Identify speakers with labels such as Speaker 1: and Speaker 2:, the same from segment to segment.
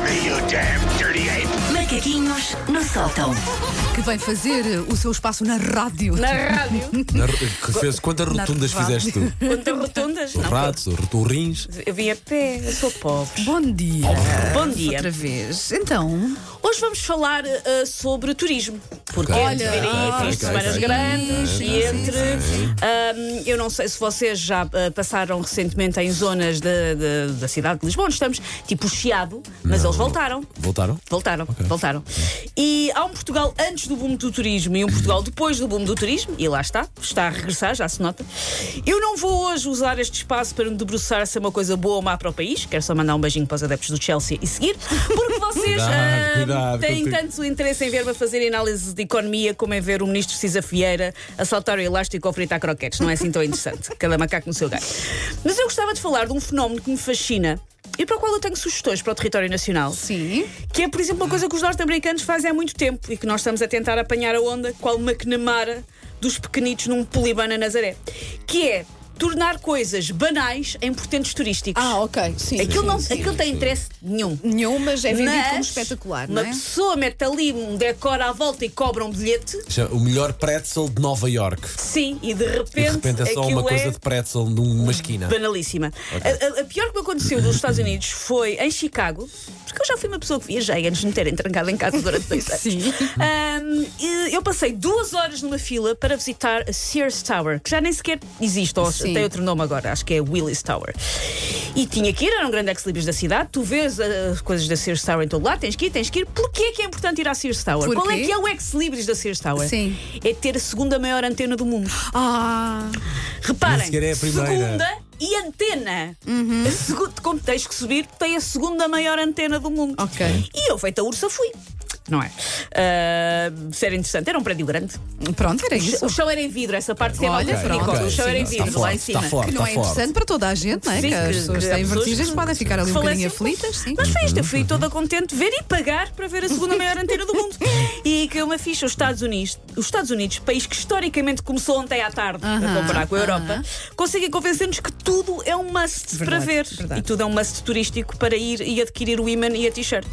Speaker 1: Damn dirty ape!
Speaker 2: Macaquinhos no sótão.
Speaker 3: que vem fazer o seu espaço na rádio.
Speaker 4: Na rádio,
Speaker 5: Na- que fez, quantas rotundas
Speaker 3: rádio.
Speaker 5: fizeste tu?
Speaker 4: quanto rotundas, não.
Speaker 5: Ratos, rotu- rins?
Speaker 4: Eu vim a pé, eu sou pobre.
Speaker 3: Bom dia.
Speaker 4: Bom dia.
Speaker 3: Outra vez. Então,
Speaker 4: Hoje vamos falar ah, sobre turismo. Porque
Speaker 5: Ok,
Speaker 4: entre
Speaker 5: ok,
Speaker 4: Tenerife,
Speaker 5: ok,
Speaker 4: as
Speaker 5: ok,
Speaker 4: semanas
Speaker 5: ok,
Speaker 4: grandes
Speaker 5: ok,
Speaker 4: e
Speaker 5: ok,
Speaker 4: entre.
Speaker 5: ok.
Speaker 4: ah, eu não sei se vocês já ah, passaram recentemente em zonas da- da- da cidade de Lisboa, onde estamos, tipo o Chiado, mas eles voltaram.
Speaker 5: Voltaram?
Speaker 4: Voltaram, voltaram. E há um Portugal antes do boom do turismo e um Portugal depois do boom do turismo, e lá está, está a regressar, já se nota. Eu não vou hoje usar este espaço para me debruçar se é uma coisa boa ou má para o país, quero só mandar um beijinho para os adeptos do Chelsea e seguir, porque vocês
Speaker 5: Cuidado,
Speaker 4: ah,
Speaker 5: cuidado
Speaker 4: têm
Speaker 5: contigo.
Speaker 4: tanto interesse em ver-me a fazer análise de economia como em ver o ministro Cisa Fieira a saltar o elástico ou fritar croquetes, não é assim tão interessante, cada macaco no seu galho. Mas eu gostava de falar de um fenómeno que me fascina. E para o qual eu tenho sugestões para o território nacional.
Speaker 3: sim.
Speaker 4: Que é, por exemplo, uma coisa que os norte-americanos fazem há muito tempo e que nós estamos a tentar apanhar a onda, qual McNamara dos pequenitos num polibana Nazaré. Que é tornar coisas banais em portentos turísticos.
Speaker 3: Ah, ok. Sim.
Speaker 4: aquilo não,
Speaker 3: Sim, sim.
Speaker 4: aquilo tem interesse nenhum.
Speaker 3: Nenhum, mas é vendido como
Speaker 4: Mas
Speaker 3: espetacular,
Speaker 4: uma
Speaker 3: não é?
Speaker 4: pessoa mete ali um decor à volta e cobra um bilhete,
Speaker 5: Chama- O melhor pretzel de Nova York.
Speaker 4: sim, e de
Speaker 5: E
Speaker 4: repente,
Speaker 5: de repente é só
Speaker 4: aquilo
Speaker 5: uma coisa
Speaker 4: é
Speaker 5: de pretzel numa esquina.
Speaker 4: banalíssima. A, a- a pior que me aconteceu dos Estados Unidos foi em Chicago, porque eu já fui uma pessoa que viajei antes de me terem trancado em casa durante dois anos.
Speaker 3: Sim.
Speaker 4: Ahm, e eu passei duas horas numa fila para visitar a Sears Tower, que já nem sequer existe, ou
Speaker 3: Sim.
Speaker 4: tem outro nome agora, acho que é Willis Tower. E tinha que ir, era um grande ex-libris da cidade, tu vês ah, as coisas da Sears Tower em todo lado, tens que ir, tens que ir. Porquê é que é importante ir à Sears Tower?
Speaker 3: Porquê?
Speaker 4: Qual é que é o ex-libris da Sears Tower?
Speaker 3: Sim.
Speaker 4: É ter a segunda maior antena do mundo.
Speaker 3: Ah,
Speaker 5: Nem
Speaker 4: Reparem,
Speaker 5: sequer é a primeira.
Speaker 4: segunda e antena.
Speaker 3: Uhum.
Speaker 4: A segunda, como tens que subir, tem a segunda maior antena do mundo.
Speaker 3: Ok.
Speaker 4: E eu, feita ursa, fui. Não é? Uh, isso era interessante, era um prédio grande.
Speaker 3: pronto, era isso.
Speaker 4: O chão era em vidro, essa parte teve
Speaker 3: Olha,
Speaker 4: algum
Speaker 3: pronto.
Speaker 4: ridículo. O chão era em
Speaker 5: Sim,
Speaker 4: vidro,
Speaker 5: está
Speaker 4: lá
Speaker 5: forte,
Speaker 4: em cima.
Speaker 5: está forte.
Speaker 3: Que não é
Speaker 5: Está fora.
Speaker 3: interessante para toda a gente, não é?
Speaker 4: Sim,
Speaker 3: que as
Speaker 4: que-
Speaker 3: pessoas
Speaker 4: que há
Speaker 3: têm
Speaker 4: pessoas
Speaker 3: vertigens,
Speaker 4: que
Speaker 3: podem ficar ali um bocadinho
Speaker 4: falecem um pouco.
Speaker 3: aflitas, sim.
Speaker 4: Mas foi isto, eu fui toda contente de ver e pagar para ver a segunda maior antena do mundo. E que uma ficha, os Estados Unidos, os Estados Unidos, país que historicamente começou ontem à tarde
Speaker 3: Aham,
Speaker 4: a comparar com a Europa, conseguem convencer-nos que tudo é um must
Speaker 3: Verdade,
Speaker 4: para ver.
Speaker 3: verdade.
Speaker 4: E tudo é um must turístico para ir e adquirir o imã e a t-shirt.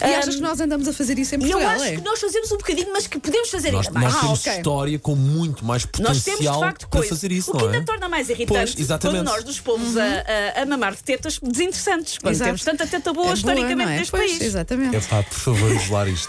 Speaker 3: E achas que nós andamos a fazer isso em
Speaker 4: E eu
Speaker 3: Portugal,
Speaker 4: acho
Speaker 3: é?
Speaker 4: que nós fazemos um bocadinho, mas que podemos fazer
Speaker 5: Nós,
Speaker 4: ainda mais.
Speaker 5: nós
Speaker 3: Ah,
Speaker 5: temos
Speaker 3: ok.
Speaker 5: história com muito mais potencial
Speaker 4: Nós temos de facto
Speaker 5: para
Speaker 4: coisas.
Speaker 5: fazer isso,
Speaker 4: o que
Speaker 5: não
Speaker 4: ainda
Speaker 5: é?
Speaker 4: torna mais irritante
Speaker 5: Pois, exatamente.
Speaker 4: quando nós nos pomos a, a- a mamar de tetas desinteressantes. Quando
Speaker 3: Uhum. Exato.
Speaker 4: temos tanta teta boa
Speaker 3: É
Speaker 4: historicamente
Speaker 3: não é?
Speaker 4: neste
Speaker 3: Pois,
Speaker 4: país.
Speaker 3: Exatamente.
Speaker 5: É pá, por favor, isolar isto.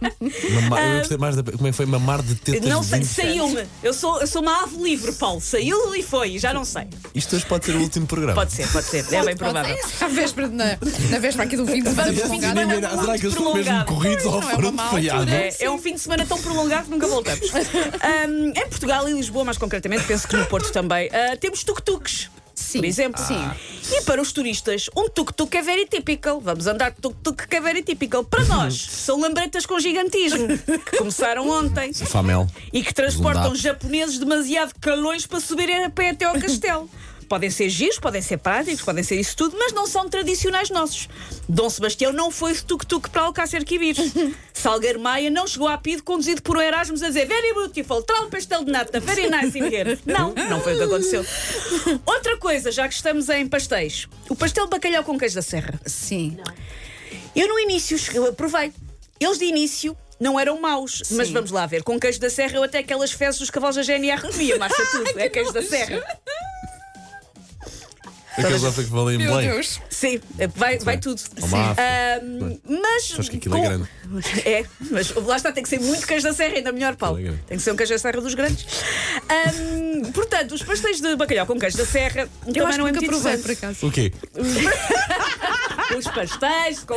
Speaker 5: Mamar- eu gostei mais da. Como é que foi? Mamar de tetas.
Speaker 4: Ah. Não sei,
Speaker 5: de-
Speaker 4: saiu-me. Eu sou, eu sou uma ave livre, Paulo. Saiu e foi, já não sei.
Speaker 5: Isto hoje pode ser o último programa.
Speaker 4: Pode ser, pode ser. É bem provável.
Speaker 3: À véspera, de- na, na véspera aqui do fim de semana
Speaker 5: assim,
Speaker 4: Vamos,
Speaker 3: prolongado.
Speaker 4: ninguém-
Speaker 3: não é?
Speaker 5: será que eles são mesmo
Speaker 4: prolongado.
Speaker 5: corridos ou
Speaker 3: Não é uma
Speaker 5: foram
Speaker 3: má
Speaker 5: de falhado?
Speaker 3: altura.
Speaker 4: É, é um fim de semana tão prolongado que nunca voltamos. Ahm, em Portugal e Lisboa, mais concretamente, penso que no Porto também, ah, temos tuk-tuks.
Speaker 3: Sim.
Speaker 4: Por exemplo,
Speaker 3: Ah.
Speaker 4: E para os turistas, um tuk-tuk é very typical. Vamos andar de tuk-tuk que é very typical. Para nós, são lambretas com gigantismo, que começaram ontem
Speaker 5: Famel.
Speaker 4: e que transportam
Speaker 5: Zundap.
Speaker 4: japoneses demasiado calões para subirem a pé até ao castelo. Podem ser giros, podem ser práticos, podem ser isso tudo, mas não são tradicionais nossos. Dom Sebastião não foi de tuk-tuk para Alcácer Quibires. Salgueiro Maia não chegou à PIDE conduzido por um Erasmus a dizer Very beautiful, trau pastel de nata, very nice in here. Não, não foi o que aconteceu. Outra coisa, já que estamos em pastéis. O pastel de bacalhau com queijo da serra.
Speaker 3: Sim.
Speaker 4: Eu no início che- eu aprovei. Eles de início não eram maus, mas vamos lá ver. Com queijo da serra eu até aquelas fezes dos cavalos da GNR revia, marcha tudo. é queijo da serra.
Speaker 5: Aqueles lá que valem
Speaker 3: Meu
Speaker 5: bem.
Speaker 3: Deus.
Speaker 4: Sim, vai, vai tudo. Sim.
Speaker 5: Uma afta.
Speaker 4: Ahm, mas.
Speaker 5: Sabes que aquilo é grande.
Speaker 4: É, mas lá está, tem que ser muito queijo da serra, ainda melhor, Paulo.
Speaker 5: Aquilo é grande.
Speaker 4: Tem que ser um queijo da serra dos grandes. Ahm, portanto, os pastéis de bacalhau com queijo da serra
Speaker 3: Eu
Speaker 4: também
Speaker 3: acho
Speaker 4: não é
Speaker 3: que nunca
Speaker 4: muito
Speaker 3: provei,
Speaker 4: interessante.
Speaker 3: por acaso.
Speaker 5: O quê?
Speaker 4: Os pastéis, com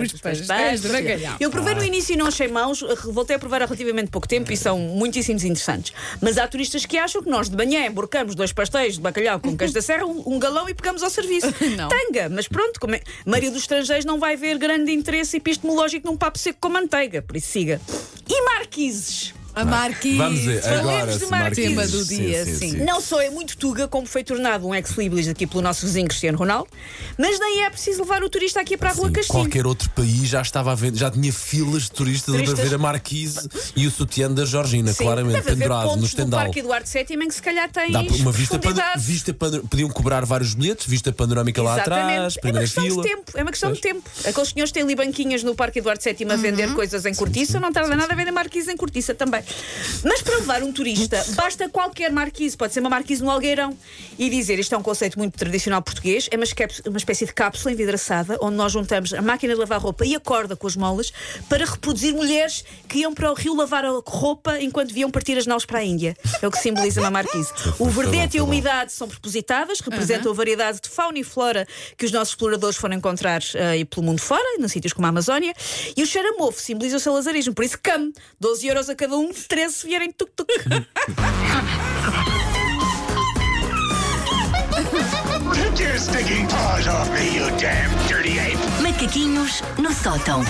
Speaker 3: Os pastéis de bacalhau. Ah.
Speaker 4: Eu provei no início e não achei maus, voltei a provar há relativamente pouco tempo e são muitíssimos interessantes. Mas há turistas que acham que nós de manhã emborcamos dois pastéis de bacalhau com queijo da serra, um um galão e pegamos ao serviço.
Speaker 3: Não.
Speaker 4: Tanga, mas pronto, como é... Maria dos Estrangeiros não vai ver grande interesse epistemológico num papo seco com manteiga, por isso siga. E marquises?
Speaker 3: A Marquise.
Speaker 5: Vamos ver,
Speaker 3: Falemos
Speaker 5: agora
Speaker 4: de
Speaker 5: se
Speaker 4: Marquise.
Speaker 3: Tema do dia, sim.
Speaker 4: Não só é muito tuga, como foi tornado um ex-libris aqui pelo nosso vizinho Cristiano Ronaldo, mas nem é preciso levar o turista aqui para a Rua
Speaker 5: Sim,
Speaker 4: Castilho.
Speaker 5: qualquer outro país já estava a ver, já tinha filas de turistas, ali para
Speaker 4: Turistas.
Speaker 5: ver a Marquise e o sutiã da Georgina,
Speaker 4: Sim,
Speaker 5: claramente,
Speaker 4: deve haver
Speaker 5: pendurado no
Speaker 4: pontos do
Speaker 5: estendal.
Speaker 4: Parque Eduardo VII em que se calhar tem
Speaker 5: Dá uma vista, pano-
Speaker 4: profundidade.
Speaker 5: vista pano- podiam cobrar vários bilhetes, vista panorâmica lá
Speaker 4: Exatamente.
Speaker 5: atrás,
Speaker 4: é uma
Speaker 5: primeira
Speaker 4: questão
Speaker 5: fila.
Speaker 4: de tempo, é uma questão de
Speaker 5: Pois. Uhum.
Speaker 4: tempo. Aqueles senhores têm ali banquinhas no Parque Eduardo VII a vender coisas em cortiça, não tarda nada a vender marquise em cortiça também. Mas para levar um turista, basta qualquer marquise, pode ser uma marquise no Algueirão, e dizer: este é um conceito muito tradicional português, é uma, esquep- uma espécie de cápsula envidraçada, onde nós juntamos a máquina de lavar roupa e a corda com as molas para reproduzir mulheres que iam para o rio lavar a roupa enquanto viam partir as naus para a Índia. É o que simboliza uma marquise.
Speaker 5: foi
Speaker 4: O
Speaker 5: bom,
Speaker 4: verdete e
Speaker 5: foi
Speaker 4: a
Speaker 5: bom.
Speaker 4: umidade variedades são propositadas, representam a variedade de fauna e flora que os nossos exploradores foram encontrar eh, e pelo mundo fora, em sítios como a Amazónia. E o xaramofo simboliza o salazarismo, por isso cam, 12 euros a cada um, 13 se vierem tuk-tuk.
Speaker 1: Take your stinking paws off me, you damn dirty ape!
Speaker 2: Macaquinhos no sótão.